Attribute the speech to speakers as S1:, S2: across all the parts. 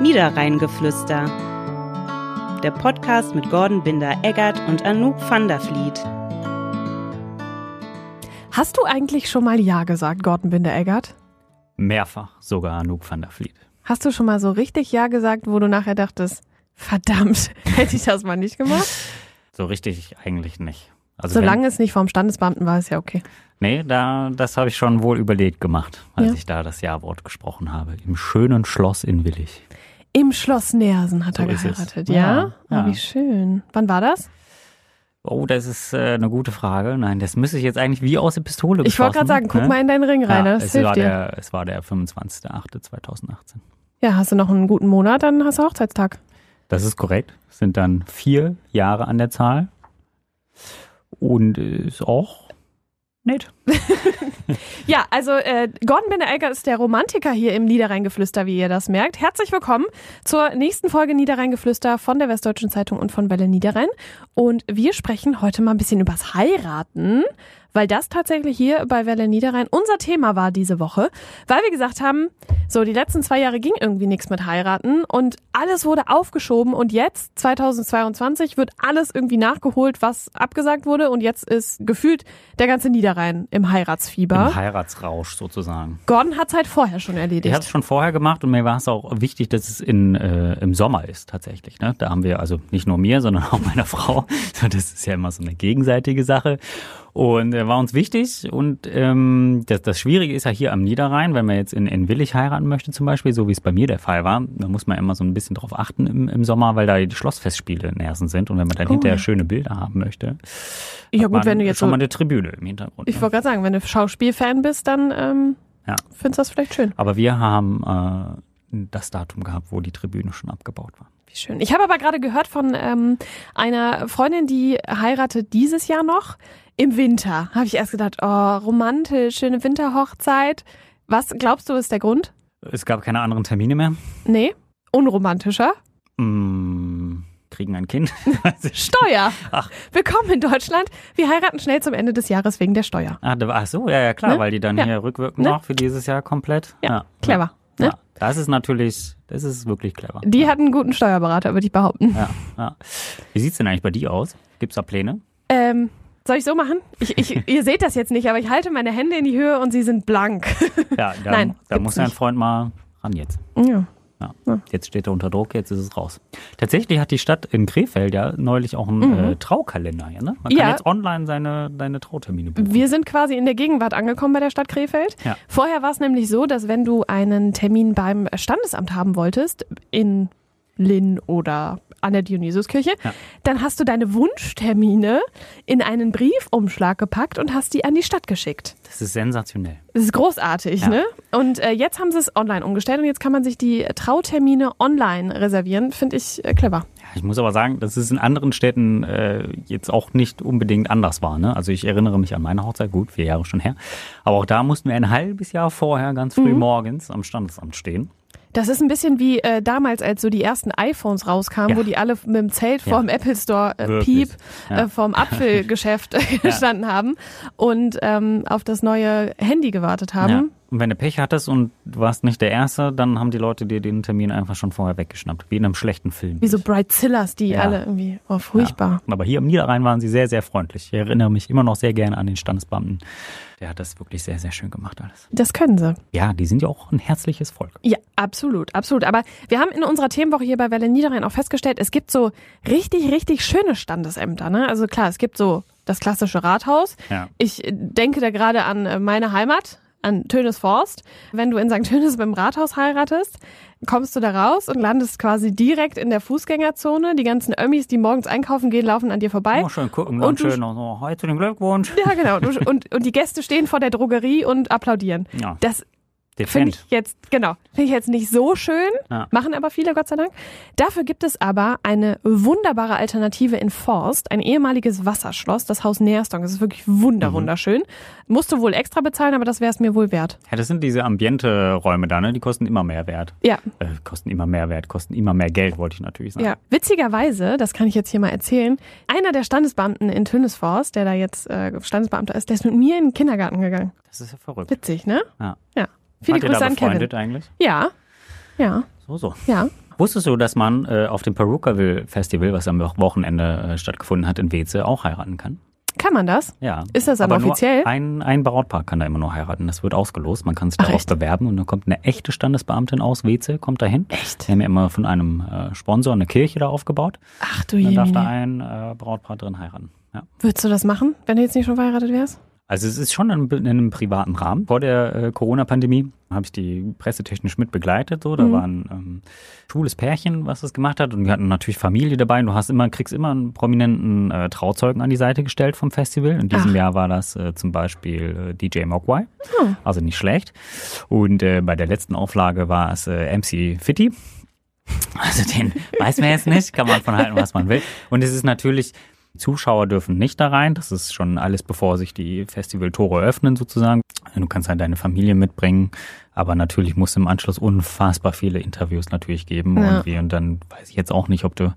S1: Niederrheingeflüster. Der Podcast mit Gordon Binder-Eggert und Anouk van der Vliet.
S2: Hast du eigentlich schon mal Ja gesagt, Gordon Binder-Eggert?
S3: Mehrfach sogar Anouk van der Vliet.
S2: Hast du schon mal so richtig Ja gesagt, wo du nachher dachtest, verdammt, hätte ich das mal nicht gemacht?
S3: So richtig eigentlich nicht. Also
S2: Solange es nicht vom Standesbeamten war, ist ja okay.
S3: Wenn, nee, da, das habe ich schon wohl überlegt gemacht, als
S2: Ja.
S3: ich da das Ja-Wort gesprochen habe. Im schönen Schloss in Willig.
S2: Im Schloss Nersen hat er
S3: So ist es.
S2: geheiratet, ja?
S3: Ja, ja.
S2: Oh, wie schön. Wann war das?
S3: Oh, das ist äh, eine gute Frage. Nein, das müsste ich jetzt eigentlich wie aus der Pistole
S2: Ich wollte gerade
S3: geschossen,
S2: sagen, guck
S3: ne?
S2: mal in deinen Ring rein,
S3: ja,
S2: das
S3: es war
S2: hilft dir.
S3: Der, es war der 25.08.2018.
S2: Ja, hast du noch einen guten Monat, dann hast du Hochzeitstag.
S3: Das ist korrekt. Es sind dann vier Jahre an der Zahl. Und äh, ist auch nett.
S2: Ja, also äh, Gordon Binder-Eggert ist der Romantiker hier im Niederrheingeflüster, wie ihr das merkt. Herzlich willkommen zur nächsten Folge Niederrheingeflüster von der Westdeutschen Zeitung und von Welle Niederrhein. Und wir sprechen heute mal ein bisschen übers Heiraten, weil das tatsächlich hier bei Welle Niederrhein unser Thema war diese Woche. Weil wir gesagt haben, so die letzten zwei Jahre ging irgendwie nichts mit Heiraten und alles wurde aufgeschoben und jetzt, 2022, wird alles irgendwie nachgeholt, was abgesagt wurde und jetzt ist gefühlt der ganze Niederrhein im Heiratsfieber.
S3: Im Heiratsrausch sozusagen.
S2: Gordon hat's halt vorher schon
S3: Ich habe es
S2: erledigt.
S3: schon vorher gemacht und mir war es auch wichtig, dass es in, äh, im Sommer ist tatsächlich. Ne? Da haben wir also nicht nur mir, sondern auch meiner Frau. So, Das ist ja immer so eine gegenseitige Sache. Und äh, war uns wichtig. Und ähm, das, das Schwierige ist ja hier am Niederrhein, wenn man jetzt in, in Willig heiraten möchte zum Beispiel, so wie es bei mir der Fall war, da muss man immer so ein bisschen drauf achten im, im Sommer, weil da die Schlossfestspiele in Ersen sind. Und wenn man dann hinterher schöne Bilder haben möchte,
S2: Ja
S3: man
S2: Oh, gut, wenn du jetzt
S3: schon
S2: so,
S3: mal eine Tribüne im Hintergrund.
S2: ich
S3: ne?
S2: wollte gerade sagen, wenn du Schauspielfan bist, dann ähm,
S3: Ja.
S2: findest du das vielleicht schön.
S3: Aber wir haben äh, das Datum gehabt, wo die Tribüne schon abgebaut war.
S2: Wie schön. Ich habe aber gerade gehört von ähm, einer Freundin, die heiratet dieses Jahr noch im Winter. Habe ich erst gedacht, oh, romantisch, schöne Winterhochzeit. Was glaubst du ist der Grund?
S3: Es gab keine anderen Termine mehr.
S2: Nee, unromantischer.
S3: Mm, kriegen ein Kind.
S2: Steuer.
S3: Ach.
S2: Willkommen in Deutschland. Wir heiraten schnell zum Ende des Jahres wegen der Steuer.
S3: ah, da war- ach so, ja, ja, klar,
S2: Ne?
S3: weil die dann
S2: Ja.
S3: hier rückwirkend
S2: Ne?
S3: noch für dieses Jahr komplett.
S2: Ja, Clever. Ne?
S3: Ja, das ist natürlich, das ist wirklich clever.
S2: Die hat einen guten Steuerberater, würde ich behaupten.
S3: Ja, ja. Wie sieht's denn eigentlich bei dir aus? Gibt's da Pläne?
S2: Ähm, soll ich so machen? Ich, ich, ihr seht das jetzt nicht, aber ich halte meine Hände in die Höhe und sie sind blank.
S3: Ja, da,
S2: Nein,
S3: da
S2: gibt's
S3: muss dein
S2: nicht.
S3: Freund mal ran jetzt.
S2: Ja.
S3: Ja.
S2: Ja.
S3: Jetzt steht er unter Druck, jetzt ist es raus. Tatsächlich hat die Stadt in Krefeld ja neulich auch einen äh, Traukalender. Ja, ne? Man
S2: Mhm. Ja.
S3: kann jetzt online seine, seine Trautermine buchen.
S2: Wir sind quasi in der Gegenwart angekommen bei der Stadt Krefeld.
S3: Ja.
S2: Vorher war es nämlich so, dass wenn du einen Termin beim Standesamt haben wolltest, in Linn oder an der Dionysuskirche,
S3: Ja.
S2: dann hast du deine Wunschtermine in einen Briefumschlag gepackt und hast die an die Stadt geschickt.
S3: Das ist sensationell.
S2: Das ist großartig,
S3: Ja.
S2: ne? Und äh, jetzt haben sie es online umgestellt und jetzt kann man sich die Trautermine online reservieren. Finde ich äh, clever.
S3: Ja, ich muss aber sagen, dass es in anderen Städten äh, jetzt auch nicht unbedingt anders war. Ne? Also ich erinnere mich an meine Hochzeit, gut, vier Jahre schon her. Aber auch da mussten wir ein halbes Jahr vorher ganz
S2: Mhm.
S3: früh morgens am Standesamt stehen.
S2: Das ist ein bisschen wie äh, damals, als so die ersten iPhones rauskamen,
S3: Ja.
S2: wo die alle mit dem Zelt
S3: Ja.
S2: vorm Apple Store äh,
S3: Wirklich.
S2: Piep
S3: Ja.
S2: äh, vorm Apfelgeschäft gestanden haben und ähm, auf das neue Handy gewartet haben.
S3: Ja. Und wenn du Pech hattest und du warst nicht der Erste, dann haben die Leute dir den Termin einfach schon vorher weggeschnappt, wie in einem schlechten Film.
S2: Wie so Brightzillas, die
S3: Ja.
S2: alle irgendwie, oh furchtbar.
S3: Aber hier im Niederrhein waren sie sehr, sehr freundlich. Ich erinnere mich immer noch sehr gerne an den Standesbeamten. Der hat das wirklich sehr, sehr schön gemacht alles.
S2: Das können sie.
S3: Ja, die sind ja auch ein herzliches Volk.
S2: Ja, absolut, absolut. Aber wir haben in unserer Themenwoche hier bei Welle Niederrhein auch festgestellt, es gibt so richtig, richtig schöne Standesämter. Ne? Also klar, es gibt so das klassische Rathaus.
S3: Ja.
S2: Ich äh, denke da gerade an äh, meine Heimat, an Tönes Forst. Wenn du in St. Tönis beim Rathaus heiratest, kommst du da raus und landest quasi direkt in der Fußgängerzone. Die ganzen Ömmis, die morgens einkaufen gehen, laufen an dir vorbei.
S3: Immer schön gucken
S2: Und
S3: und,
S2: du-
S3: schön noch so, heute den Glückwunsch.
S2: Ja, genau. Und, und, und die Gäste stehen vor der Drogerie und applaudieren.
S3: Ja,
S2: Das Finde
S3: dezent.
S2: ich jetzt, genau, finde ich jetzt nicht so schön,
S3: Ja.
S2: machen aber viele, Gott sei Dank. Dafür gibt es aber eine wunderbare Alternative in Forst, ein ehemaliges Wasserschloss, das Haus Nährstong. Das ist wirklich
S3: Mhm.
S2: wunder, wunderschön. Musst du wohl extra bezahlen, aber das wäre es mir wohl wert.
S3: Ja, das sind diese Ambiente-Räume da, ne? Die kosten immer mehr Wert.
S2: Ja,
S3: Äh, kosten immer mehr Wert, kosten immer mehr Geld, wollte ich natürlich sagen.
S2: ja. Witzigerweise, das kann ich jetzt hier mal erzählen, einer der Standesbeamten in Tönnesforst, der da jetzt äh, Standesbeamter ist, der ist mit mir in den Kindergarten gegangen.
S3: Das ist ja verrückt.
S2: Witzig, ne?
S3: Ja.
S2: Ja. Viele
S3: Wart ihr
S2: Grüße
S3: da
S2: an Kevin.
S3: befreundet eigentlich?
S2: Ja, ja,
S3: So, so.
S2: ja.
S3: Wusstest du, dass man äh, auf dem Perukaville Festival, was am Wochenende äh, stattgefunden hat in Weze, auch heiraten kann?
S2: Kann man das?
S3: Ja.
S2: Ist das aber,
S3: nur
S2: offiziell?
S3: Ein, ein Brautpaar kann da immer nur heiraten. Das wird ausgelost. Man kann sich
S2: Ach,
S3: darauf
S2: echt?
S3: bewerben und dann kommt eine echte Standesbeamtin aus Weze, kommt dahin.
S2: Echt?
S3: Die haben ja immer von einem äh, Sponsor eine Kirche da aufgebaut.
S2: Ach du
S3: Und dann darf da
S2: Jemine.
S3: ein äh, Brautpaar drin heiraten. Ja.
S2: Würdest du das machen, wenn du jetzt nicht schon verheiratet wärst?
S3: Also es ist schon in, in einem privaten Rahmen. Vor der äh, Corona-Pandemie habe ich die pressetechnisch mit begleitet. So. Da war ein ähm, schwules Pärchen, was das gemacht hat. Und wir hatten natürlich Familie dabei. Und du hast immer, kriegst immer einen prominenten äh, Trauzeugen an die Seite gestellt vom Festival. In diesem
S2: Ach.
S3: Jahr war das äh, zum Beispiel äh, DJ Mogwai. Also nicht schlecht. Und äh, bei der letzten Auflage war es äh, MC Fitty. Also den weiß man jetzt nicht, kann man von halten, was man will. Und es ist natürlich, Zuschauer dürfen nicht da rein. Das ist schon alles, bevor sich die Festivaltore öffnen sozusagen. Du kannst halt deine Familie mitbringen, aber natürlich musst du im Anschluss unfassbar viele Interviews natürlich geben
S2: Ja.
S3: irgendwie. Und dann weiß ich jetzt auch nicht, ob du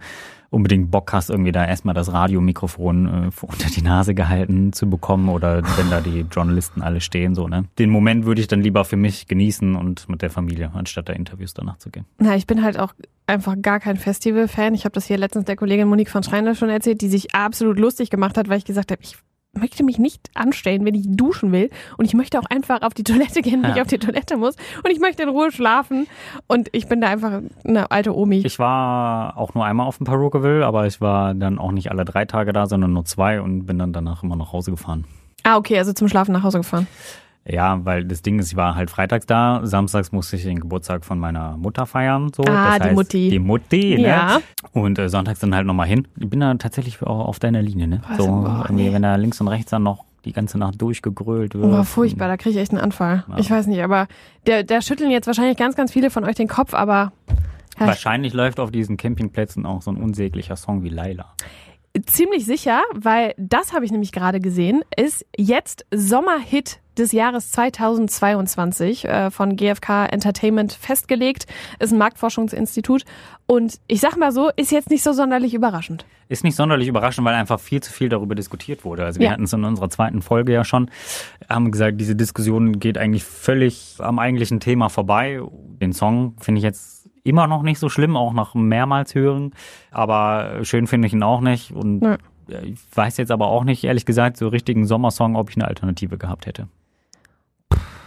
S3: unbedingt Bock hast, irgendwie da erstmal das Radiomikrofon äh, vor- unter die Nase gehalten zu bekommen oder wenn da die Journalisten alle stehen, so, ne? Den Moment würde ich dann lieber für mich genießen und mit der Familie, anstatt da Interviews danach zu geben.
S2: Na, ich bin halt auch einfach gar kein Festival-Fan. Ich habe das hier letztens der Kollegin Monique von Schreiner schon erzählt, die sich absolut lustig gemacht hat, weil ich gesagt habe, ich möchte mich nicht anstellen, wenn ich duschen will. Und ich möchte auch einfach auf die Toilette gehen, wenn
S3: Ja.
S2: ich auf die Toilette muss. Und ich möchte in Ruhe schlafen. Und ich bin da einfach eine alte Omi.
S3: Ich war auch nur einmal auf dem Perukaville, aber ich war dann auch nicht alle drei Tage da, sondern nur zwei und bin dann danach immer nach Hause gefahren.
S2: ah, okay, also zum Schlafen nach Hause gefahren.
S3: Ja, weil das Ding ist, ich war halt freitags da, samstags musste ich den Geburtstag von meiner Mutter feiern. So.
S2: Ah,
S3: das
S2: die
S3: heißt,
S2: Mutti.
S3: Die Mutti,
S2: Ja.
S3: ne? Und äh, sonntags dann halt nochmal hin. Ich bin da tatsächlich auch auf deiner Linie, ne?
S2: Was?
S3: so,
S2: Boah,
S3: irgendwie,
S2: nee.
S3: wenn da links und rechts dann noch die ganze Nacht durchgegrölt wird.
S2: Boah, furchtbar, da kriege ich echt einen Anfall. Ich weiß nicht, aber der, der schütteln jetzt wahrscheinlich ganz, ganz viele von euch den Kopf, aber ja, ich-
S3: Wahrscheinlich läuft auf diesen Campingplätzen auch so ein unsäglicher Song wie Laila.
S2: ziemlich sicher, weil das habe ich nämlich gerade gesehen, ist jetzt Sommerhit des Jahres 2022 äh, von GfK Entertainment festgelegt, ist ein Marktforschungsinstitut und ich sag mal so, ist jetzt nicht so sonderlich überraschend.
S3: Ist nicht sonderlich überraschend, weil einfach viel zu viel darüber diskutiert wurde. Also wir
S2: Ja.
S3: hatten es in unserer zweiten Folge ja schon, haben gesagt, diese Diskussion geht eigentlich völlig am eigentlichen Thema vorbei. Den Song finde ich jetzt immer noch nicht so schlimm, auch nach mehrmals hören, aber schön finde ich ihn auch nicht und
S2: Nö.
S3: ich weiß jetzt aber auch nicht, ehrlich gesagt, so richtigen Sommersong, ob ich eine Alternative gehabt hätte.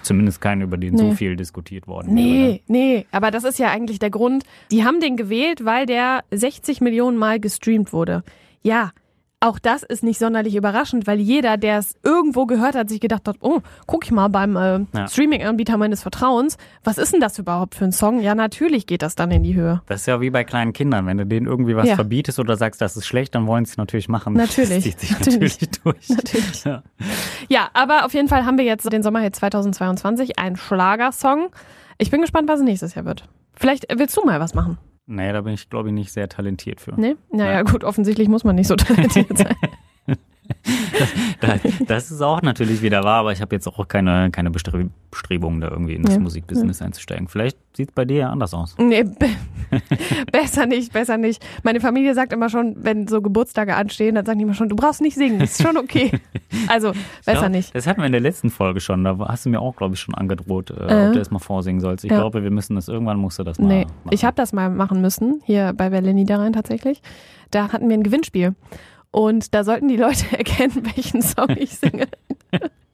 S3: Zumindest keinen, über den so
S2: Nee.
S3: viel diskutiert worden wäre.
S2: Nee, nee, aber das ist ja eigentlich der Grund. Die haben den gewählt, weil der 60 Millionen Mal gestreamt wurde. Ja, auch das ist nicht sonderlich überraschend, weil jeder, der es irgendwo gehört hat, sich gedacht hat, oh, guck ich mal beim äh,
S3: Ja.
S2: Streaming-Anbieter meines Vertrauens, was ist denn das überhaupt für ein Song? Ja, natürlich geht das dann in die Höhe.
S3: Das ist ja wie bei kleinen Kindern. Wenn du denen irgendwie was
S2: Ja.
S3: verbietest oder sagst, das ist schlecht, dann wollen sie es natürlich machen. Das
S2: Natürlich,
S3: zieht sich natürlich,
S2: natürlich.
S3: durch.
S2: Natürlich.
S3: Ja.
S2: Ja, aber auf jeden Fall haben wir jetzt den Sommerhit 2022, ein Schlagersong. Ich bin gespannt, was nächstes Jahr wird. Vielleicht willst du mal was machen.
S3: Nee, da bin ich, glaube ich, nicht sehr talentiert für.
S2: Nee? Naja,
S3: Ja.
S2: gut, offensichtlich muss man nicht so talentiert sein.
S3: Das, das ist auch natürlich wieder wahr, aber ich habe jetzt auch keine, keine Bestre- Bestrebungen, da irgendwie in das
S2: Ja.
S3: Musikbusiness einzusteigen. Vielleicht sieht es bei dir ja anders aus.
S2: Nee, be besser nicht, besser nicht. Meine Familie sagt immer schon, wenn so Geburtstage anstehen, dann sagen die immer schon, du brauchst nicht singen, ist schon okay. Also besser
S3: Ja,
S2: nicht.
S3: Das hatten wir in der letzten Folge schon. Da hast du mir auch, glaube ich, schon angedroht, äh,
S2: Äh.
S3: ob du das mal vorsingen sollst. Ich
S2: Ja.
S3: glaube, wir müssen das irgendwann, musst du das mal
S2: Nee,
S3: machen.
S2: ich habe das mal machen müssen, hier bei Berlin Niederrhein tatsächlich. Da hatten wir ein Gewinnspiel. Und da sollten die Leute erkennen, welchen Song ich singe.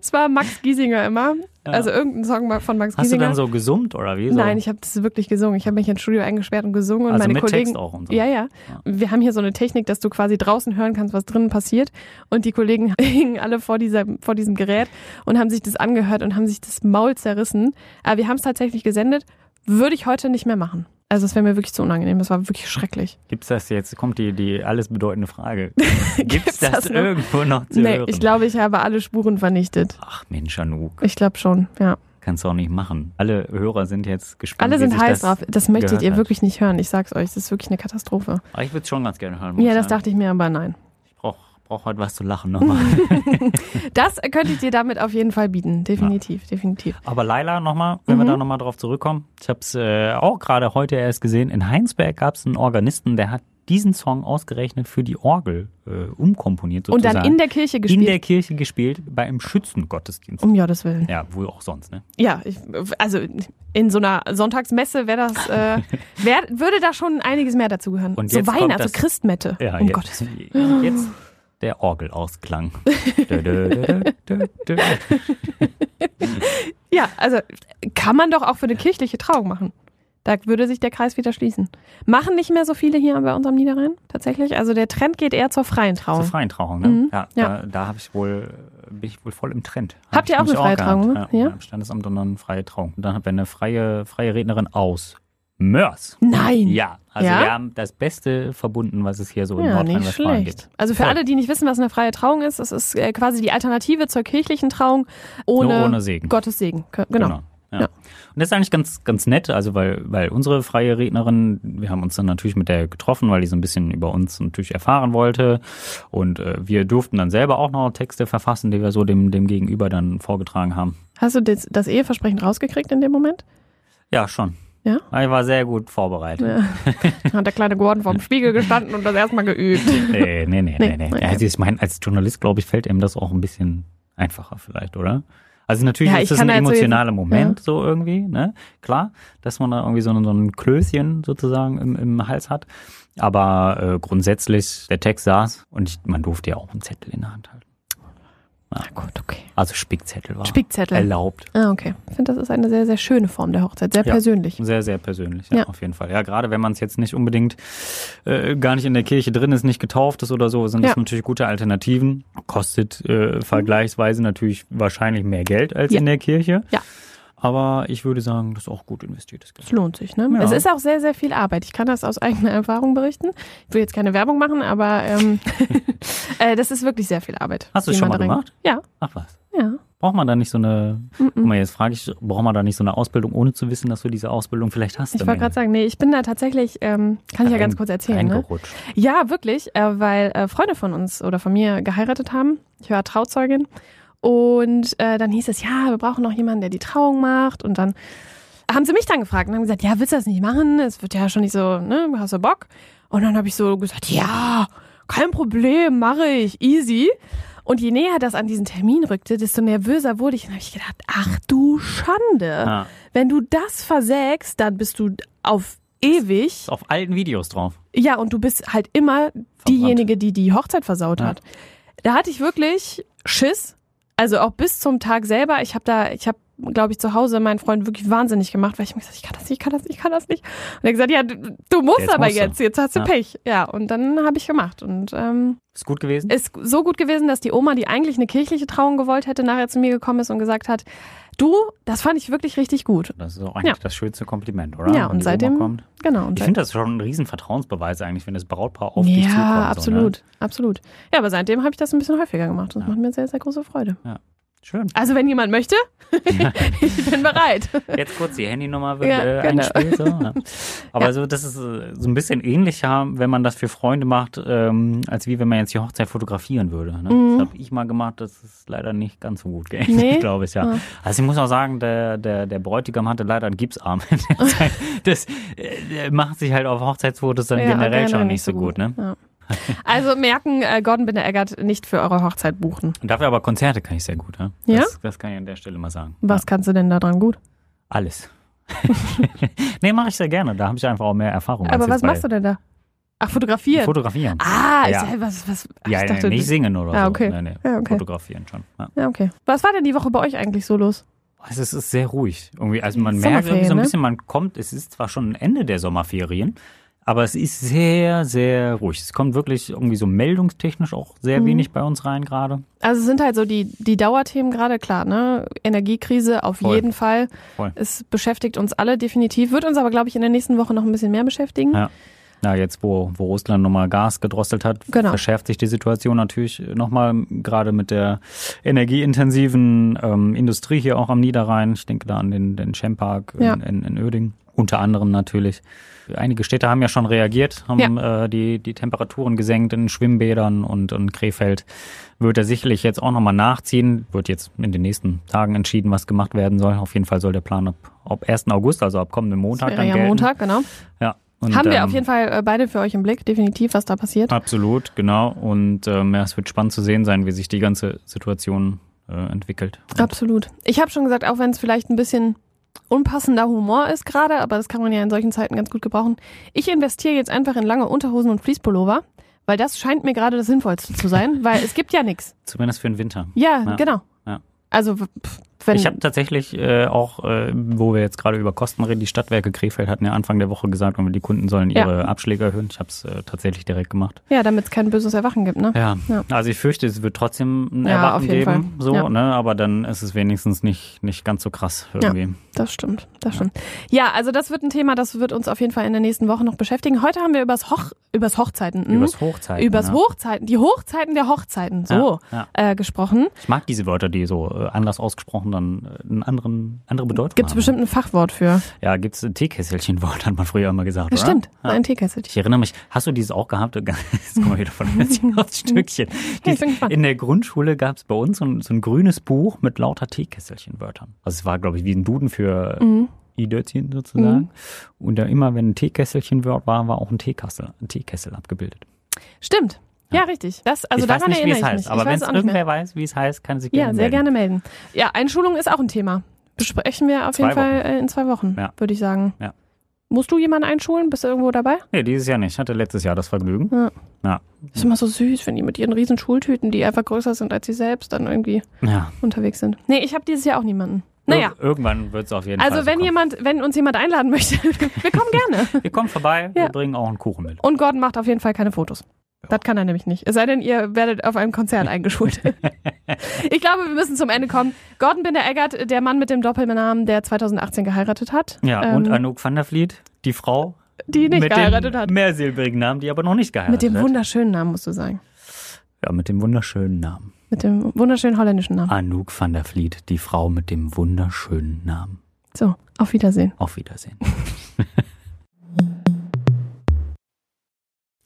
S2: Es war Max Giesinger immer. Also irgendein Song von Max
S3: Hast du
S2: Giesinger.
S3: dann so gesummt oder wie? So?
S2: Nein, ich habe das wirklich gesungen. Ich habe mich ins Studio eingesperrt und gesungen und
S3: Also
S2: meine
S3: mit
S2: Kollegen.
S3: Text auch und so.
S2: Ja, ja. Wir haben hier so eine Technik, dass du quasi draußen hören kannst, was drinnen passiert. Und die Kollegen hingen alle vor, dieser, vor diesem Gerät und haben sich das angehört und haben sich das Maul zerrissen. Aber wir haben es tatsächlich gesendet. Würde ich heute nicht mehr machen. Also es wäre mir wirklich zu unangenehm. Das war wirklich schrecklich.
S3: Gibt's das jetzt? Kommt die, die alles bedeutende Frage.
S2: Gibt's
S3: Gibt's das,
S2: das noch?
S3: irgendwo noch zu
S2: nee,
S3: hören?
S2: ich glaube, ich habe alle Spuren vernichtet.
S3: Ach Mensch, Anouk,
S2: Ich glaube schon, ja.
S3: kannst du auch nicht machen. Alle Hörer sind jetzt gespannt.
S2: Alle
S3: wie
S2: sind
S3: sich
S2: heiß
S3: das
S2: drauf. Das möchtet
S3: gehört
S2: ihr
S3: hat.
S2: wirklich nicht hören. Ich sag's euch, das ist wirklich eine Katastrophe.
S3: Aber Ah, ich würde es schon ganz gerne hören. muss
S2: Ja,
S3: ich
S2: das
S3: sagen.
S2: dachte ich mir aber nein.
S3: Ich brauch, brauch heute was zu lachen nochmal.
S2: Das könnte ich dir damit auf jeden Fall bieten. Definitiv, definitiv.
S3: Aber Laila nochmal, wenn wir
S2: Mhm.
S3: da nochmal drauf zurückkommen. Ich habe es äh, auch gerade heute erst gesehen. In Heinsberg gab es einen Organisten, der hat diesen Song ausgerechnet für die Orgel äh, umkomponiert
S2: Und
S3: sozusagen.
S2: dann in der Kirche
S3: In der
S2: gespielt.
S3: Kirche gespielt, bei einem Schützengottesdienst.
S2: um Gottes Willen.
S3: Ja, wohl auch sonst, ne?
S2: Ja, ich, also in so einer Sonntagsmesse wäre das, äh, wär, würde da schon einiges mehr dazugehören.
S3: Und
S2: So
S3: jetzt
S2: Wein,
S3: kommt
S2: also
S3: das-
S2: Christmette.
S3: Ja,
S2: um
S3: jetzt,
S2: Gottes Willen.
S3: Jetzt der Orgelausklang. Dö, dö, dö, dö, dö, dö.
S2: Ja, also kann man doch auch für eine kirchliche Trauung machen. Da würde sich der Kreis wieder schließen. Machen nicht mehr so viele hier bei unserem Niederrhein tatsächlich. Also der Trend geht eher zur freien Trauung.
S3: Zur freien Trauung, ne?
S2: Mhm,
S3: Ja,
S2: ja.
S3: da, da hab ich wohl, bin ich wohl voll im Trend.
S2: Habt
S3: Hab
S2: ihr
S3: ich
S2: auch
S3: nämlich
S2: eine freie Trauung,
S3: gehabt.
S2: ne?
S3: Ja,
S2: Ja.
S3: Im Standesamt und dann freie Trauung. Und dann haben wir eine freie, freie Rednerin aus Mörs.
S2: Nein.
S3: Ja, also
S2: Hm. Ja?
S3: wir haben das Beste verbunden, was es hier so in
S2: Ja, nicht
S3: Nordrhein-Westfalen
S2: schlecht.
S3: gibt.
S2: Also für
S3: Voll.
S2: alle, die nicht wissen, was eine freie Trauung ist, das ist äh, quasi die Alternative zur kirchlichen Trauung
S3: Nur
S2: ohne,
S3: ohne Segen.
S2: Gottes Segen. Ge- Genau.
S3: Ja.
S2: Ja.
S3: Und das ist eigentlich ganz, ganz nett, also weil, weil unsere freie Rednerin, wir haben uns dann natürlich mit der getroffen, weil die so ein bisschen über uns natürlich erfahren wollte. Und äh, wir durften dann selber auch noch Texte verfassen, die wir so dem, dem Gegenüber dann vorgetragen haben.
S2: Hast du das, das Eheversprechen rausgekriegt in dem Moment?
S3: Ja, schon.
S2: Ja?
S3: Ich war sehr gut vorbereitet.
S2: Hat der kleine Gordon vorm Spiegel gestanden und das erstmal geübt.
S3: Nee, nee, nee,
S2: Nee,
S3: nee. nee.
S2: okay.
S3: Also ich meine, als Journalist, glaube ich, fällt ihm das auch ein bisschen einfacher vielleicht, oder? Also natürlich
S2: Ja, ich
S3: ist das
S2: kann
S3: ein
S2: halt so jetzt-
S3: emotionaler Moment so irgendwie, ne? Klar, dass man da irgendwie so, ein- so ein Klößchen sozusagen im, im Hals hat. Aber äh, grundsätzlich, der Text saß und ich, man durfte ja auch einen Zettel in der Hand halten.
S2: Na Ah, gut, okay.
S3: Also Spickzettel war
S2: Spickzettel.
S3: erlaubt.
S2: Ah, okay. Ich finde, das ist eine sehr, sehr schöne Form der Hochzeit. Sehr
S3: Ja.
S2: persönlich.
S3: Sehr, sehr persönlich, ja,
S2: Ja.
S3: auf jeden Fall. Ja, gerade wenn man es jetzt nicht unbedingt äh, gar nicht in der Kirche drin ist, nicht getauft ist oder so, sind
S2: Ja.
S3: das natürlich gute Alternativen. Kostet äh, vergleichsweise natürlich wahrscheinlich mehr Geld als
S2: Ja.
S3: in der Kirche.
S2: Ja.
S3: Aber ich würde sagen, das ist auch gut investiertes Geld.
S2: Es lohnt sich, ne?
S3: Ja.
S2: Es ist auch sehr, sehr viel Arbeit. Ich kann das aus eigener Erfahrung berichten. Ich will jetzt keine Werbung machen, aber ähm, äh, das ist wirklich sehr viel Arbeit.
S3: Hast du es
S2: die
S3: schon
S2: man
S3: mal
S2: da rein-
S3: gemacht?
S2: Ja,
S3: Ach was.
S2: ja.
S3: Braucht man da nicht so eine, guck mal, jetzt frage ich, braucht man da nicht so eine Ausbildung, ohne zu wissen, dass du diese Ausbildung vielleicht hast?
S2: Ich
S3: am
S2: wollte
S3: Ende?
S2: gerade sagen, nee, ich bin da tatsächlich, ähm, kann ich ja ganz
S3: Rein-
S2: kurz erzählen, ne?
S3: Reingerutscht.
S2: Ja, wirklich, äh, weil äh, Freunde von uns oder von mir geheiratet haben. Ich war Trauzeugin. Und äh, dann hieß es, ja, wir brauchen noch jemanden, der die Trauung macht. Und dann haben sie mich dann gefragt und haben gesagt, ja, willst du das nicht machen? Es wird ja schon nicht so, ne, hast du Bock? Und dann habe ich so gesagt, ja, kein Problem, mache ich, easy. Und je näher das an diesen Termin rückte, desto nervöser wurde ich. Und habe ich gedacht, ach du Schande.
S3: Ah,
S2: Wenn du das versägst, dann bist du auf ewig
S3: ist auf alten Videos drauf.
S2: ja, und du bist halt immer diejenige, die die Hochzeit versaut
S3: Ja.
S2: hat. Da hatte ich wirklich Schiss. Also auch bis zum Tag selber. Ich habe da, ich habe, glaube ich, zu Hause meinen Freund wirklich wahnsinnig gemacht, weil ich mir gesagt, ich kann das nicht, ich kann das nicht, ich kann das nicht. Und er hat gesagt, ja, du, du musst
S3: Jetzt
S2: aber
S3: musst du.
S2: jetzt, jetzt hast du
S3: Ja.
S2: Pech. Ja, und dann habe ich gemacht und ähm,
S3: Ist gut gewesen?
S2: ist so gut gewesen, dass die Oma, die eigentlich eine kirchliche Trauung gewollt hätte, nachher zu mir gekommen ist und gesagt hat, du, das fand ich wirklich richtig gut.
S3: Das ist auch eigentlich
S2: Ja.
S3: das schönste Kompliment, oder?
S2: Ja,
S3: Wenn
S2: und
S3: die Oma
S2: seitdem-
S3: kommt.
S2: Genau. Und
S3: Ich
S2: seit-
S3: finde das schon ein riesen Vertrauensbeweis eigentlich, wenn das Brautpaar auf
S2: ja,
S3: dich zukommt.
S2: absolut,
S3: So, ne?
S2: absolut. Ja, aber seitdem habe ich das ein bisschen häufiger gemacht. Das
S3: Ja.
S2: macht mir sehr, sehr große Freude.
S3: ne?
S2: Also wenn jemand möchte, ich bin bereit.
S3: Schön. Jetzt kurz die Handynummer wird
S2: Ja,
S3: äh,
S2: genau.
S3: eingespielt. So. Ja. Aber so, das ist äh, so ein bisschen ähnlicher, wenn man das für Freunde macht, ähm, als wie wenn man jetzt die Hochzeit fotografieren würde. Ne? Das habe ich mal gemacht, das ist leider nicht ganz so gut geendet,
S2: Mhm. Nee?
S3: glaube ich. Ja.
S2: Ah.
S3: Also ich muss auch sagen, der, der, der Bräutigam hatte leider einen Gipsarm. das äh, macht sich halt auf Hochzeitsfotos dann generell schon nicht so gut. ne?
S2: Ja. Also merken, äh, Gordon Binder Eggert nicht für eure Hochzeit buchen.
S3: Und dafür aber Konzerte kann ich sehr gut. Ne?
S2: Ja?
S3: Das, das kann ich an der Stelle mal sagen.
S2: Was kannst du denn da dran gut?
S3: Alles. nee, mache ich sehr gerne. Da habe ich einfach auch mehr Erfahrung. als
S2: Aber
S3: Oh, jetzt
S2: was
S3: bei
S2: machst du denn da? Ach, fotografieren.
S3: Fotografieren.
S2: ah, ich
S3: Ja.
S2: sag, was, was? ach,
S3: ja,
S2: ich
S3: nee,
S2: dachte,
S3: nicht singen oder
S2: Ah,
S3: so.
S2: okay.
S3: Nee, nee.
S2: Ja, okay.
S3: Fotografieren schon. Ja.
S2: ja, okay. Was war denn die Woche bei euch eigentlich so los?
S3: Also es ist sehr ruhig. Irgendwie, also man merkt
S2: Sommerferien,
S3: irgendwie so ein
S2: ne?
S3: bisschen, man kommt, es ist zwar schon ein Ende der Sommerferien, aber es ist sehr, sehr ruhig. Es kommt wirklich irgendwie so meldungstechnisch auch
S2: Mhm.
S3: sehr wenig bei uns rein gerade.
S2: Also es sind halt so die, die Dauerthemen gerade klar, ne? Energiekrise auf
S3: Voll.
S2: jeden Fall.
S3: Voll.
S2: Es beschäftigt uns alle definitiv, wird uns aber, glaube ich, in der nächsten Woche noch ein bisschen mehr beschäftigen.
S3: Ja. Na, jetzt, wo, wo Russland nochmal Gas gedrosselt hat,
S2: Genau.
S3: verschärft sich die Situation natürlich nochmal, gerade mit der energieintensiven ähm, Industrie hier auch am Niederrhein. Ich denke da an den, den Schempark
S2: Ja.
S3: in, in, in Oeding. Unter anderem natürlich. Einige Städte haben ja schon reagiert, haben äh, die, die Temperaturen gesenkt in Schwimmbädern und in Krefeld wird er sicherlich jetzt auch nochmal nachziehen. Wird jetzt in den nächsten Tagen entschieden, was gemacht werden soll. Auf jeden Fall soll der Plan ab, ab 1. August, also ab kommenden
S2: Das
S3: Montag,
S2: wäre
S3: dann
S2: ja
S3: gelten.
S2: Montag, genau.
S3: Ja, Und,
S2: Haben wir
S3: ähm,
S2: auf jeden Fall äh, beide für euch im Blick, definitiv, was da passiert.
S3: Absolut, genau. Und ähm, ja, es wird spannend zu sehen sein, wie sich die ganze Situation äh, entwickelt.
S2: Absolut. Ich habe schon gesagt, auch wenn es vielleicht ein bisschen unpassender Humor ist gerade, aber das kann man ja in solchen Zeiten ganz gut gebrauchen. Ich investiere jetzt einfach in lange Unterhosen und Fließpullover, weil das scheint mir gerade das Sinnvollste zu sein, weil es gibt ja nichts.
S3: Zumindest für den Winter.
S2: Ja,
S3: Ja.
S2: genau.
S3: Ja.
S2: Also w- pff, wenn
S3: Ich habe tatsächlich äh, auch, äh, wo wir jetzt gerade über Kosten reden, die Stadtwerke Krefeld hatten ja Anfang der Woche gesagt, die Kunden sollen
S2: Ja.
S3: ihre Abschläge erhöhen. Ich habe es äh, tatsächlich direkt gemacht.
S2: ja, damit es kein böses Erwachen gibt, ne?
S3: Ja.
S2: Ja.
S3: also ich fürchte, es wird trotzdem ein
S2: Ja, auf
S3: Erwarten
S2: jeden
S3: geben,
S2: Fall.
S3: so,
S2: Ja.
S3: ne? aber dann ist es wenigstens nicht, nicht ganz so krass irgendwie.
S2: Das stimmt, das stimmt. Ja, also das wird ein Thema, das wird uns auf jeden Fall in der nächsten Woche noch beschäftigen. Heute haben wir übers Hoch übers Hochzeiten, hm?
S3: Übers Hochzeiten. ne?
S2: übers
S3: ja.
S2: Hochzeiten, die Hochzeiten der Hochzeiten, so
S3: Ja,
S2: Äh, gesprochen.
S3: Ich mag diese Wörter, die so äh, anders ausgesprochen dann äh, einen anderen, andere Bedeutung
S2: Gibt es
S3: haben.
S2: bestimmt ein Fachwort für.
S3: Ja, gibt's ein Teekesselchenwort, hat man früher immer gesagt, oder?
S2: Bestimmt,
S3: Ja.
S2: ein Teekesselchen.
S3: Ich erinnere mich, hast du dieses auch gehabt? Jetzt kommen wir wieder
S2: Mhm.
S3: von Hölzchen aufs Stückchen.
S2: bin gespannt.
S3: in der Grundschule gab's bei uns so ein, so ein grünes Buch mit lauter Teekesselchenwörtern. Also es war, glaube ich, wie ein Duden für mhm. Idötchen
S2: Mhm.
S3: sozusagen. Und da immer, wenn ein Teekesselchenwort war, war auch ein Teekassel, ein Teekessel abgebildet.
S2: Stimmt. Ja, richtig. Das, also
S3: ich weiß
S2: daran
S3: nicht, wie
S2: erinnere
S3: es
S2: ich
S3: heißt,
S2: mich.
S3: aber
S2: ich
S3: wenn
S2: weiß
S3: es
S2: auch nicht mehr.
S3: irgendwer weiß, wie es heißt, kann sich
S2: Ja,
S3: gerne
S2: sehr
S3: melden.
S2: gerne melden. Ja, Einschulung ist auch ein Thema. Besprechen wir auf
S3: Zwei
S2: jeden Fall äh, in zwei Wochen,
S3: Ja.
S2: würde ich sagen.
S3: Ja.
S2: Musst du jemanden einschulen? Bist du irgendwo dabei?
S3: Nee, dieses Jahr nicht. Ich hatte letztes Jahr das Vergnügen.
S2: Ja.
S3: Ja.
S2: Ist immer so süß, wenn die mit ihren riesen Schultüten, die einfach größer sind als sie selbst, dann irgendwie
S3: ja.
S2: unterwegs sind. Nee, ich habe dieses Jahr auch niemanden. Naja,
S3: Ir irgendwann wird's auf jeden Fall.
S2: also
S3: so
S2: wenn
S3: kommen.
S2: jemand, wenn uns jemand einladen möchte, wir kommen gerne.
S3: Wir kommen vorbei,
S2: Ja.
S3: wir bringen auch einen Kuchen mit.
S2: Und Gordon macht auf jeden Fall keine Fotos. Das kann er nämlich nicht. Es sei denn, ihr werdet auf einem Konzert eingeschult. ich glaube, wir müssen zum Ende kommen. Gordon Binder-Eggert, der Mann mit dem Doppelnamen, der 2018 geheiratet hat.
S3: Ja,
S2: Ähm,
S3: und Anouk van der Vliet, die Frau
S2: Die nicht
S3: mit
S2: geheiratet
S3: dem
S2: hat.
S3: mehrsilbrigen Namen, die aber noch nicht geheiratet
S2: Mit dem
S3: hat.
S2: wunderschönen Namen, musst du sagen.
S3: ja, mit dem wunderschönen Namen.
S2: Mit dem wunderschönen holländischen
S3: Ah.
S2: Namen.
S3: Anouk van der Vliet, die Frau mit dem wunderschönen Namen.
S2: So, auf Wiedersehen.
S3: Auf Wiedersehen.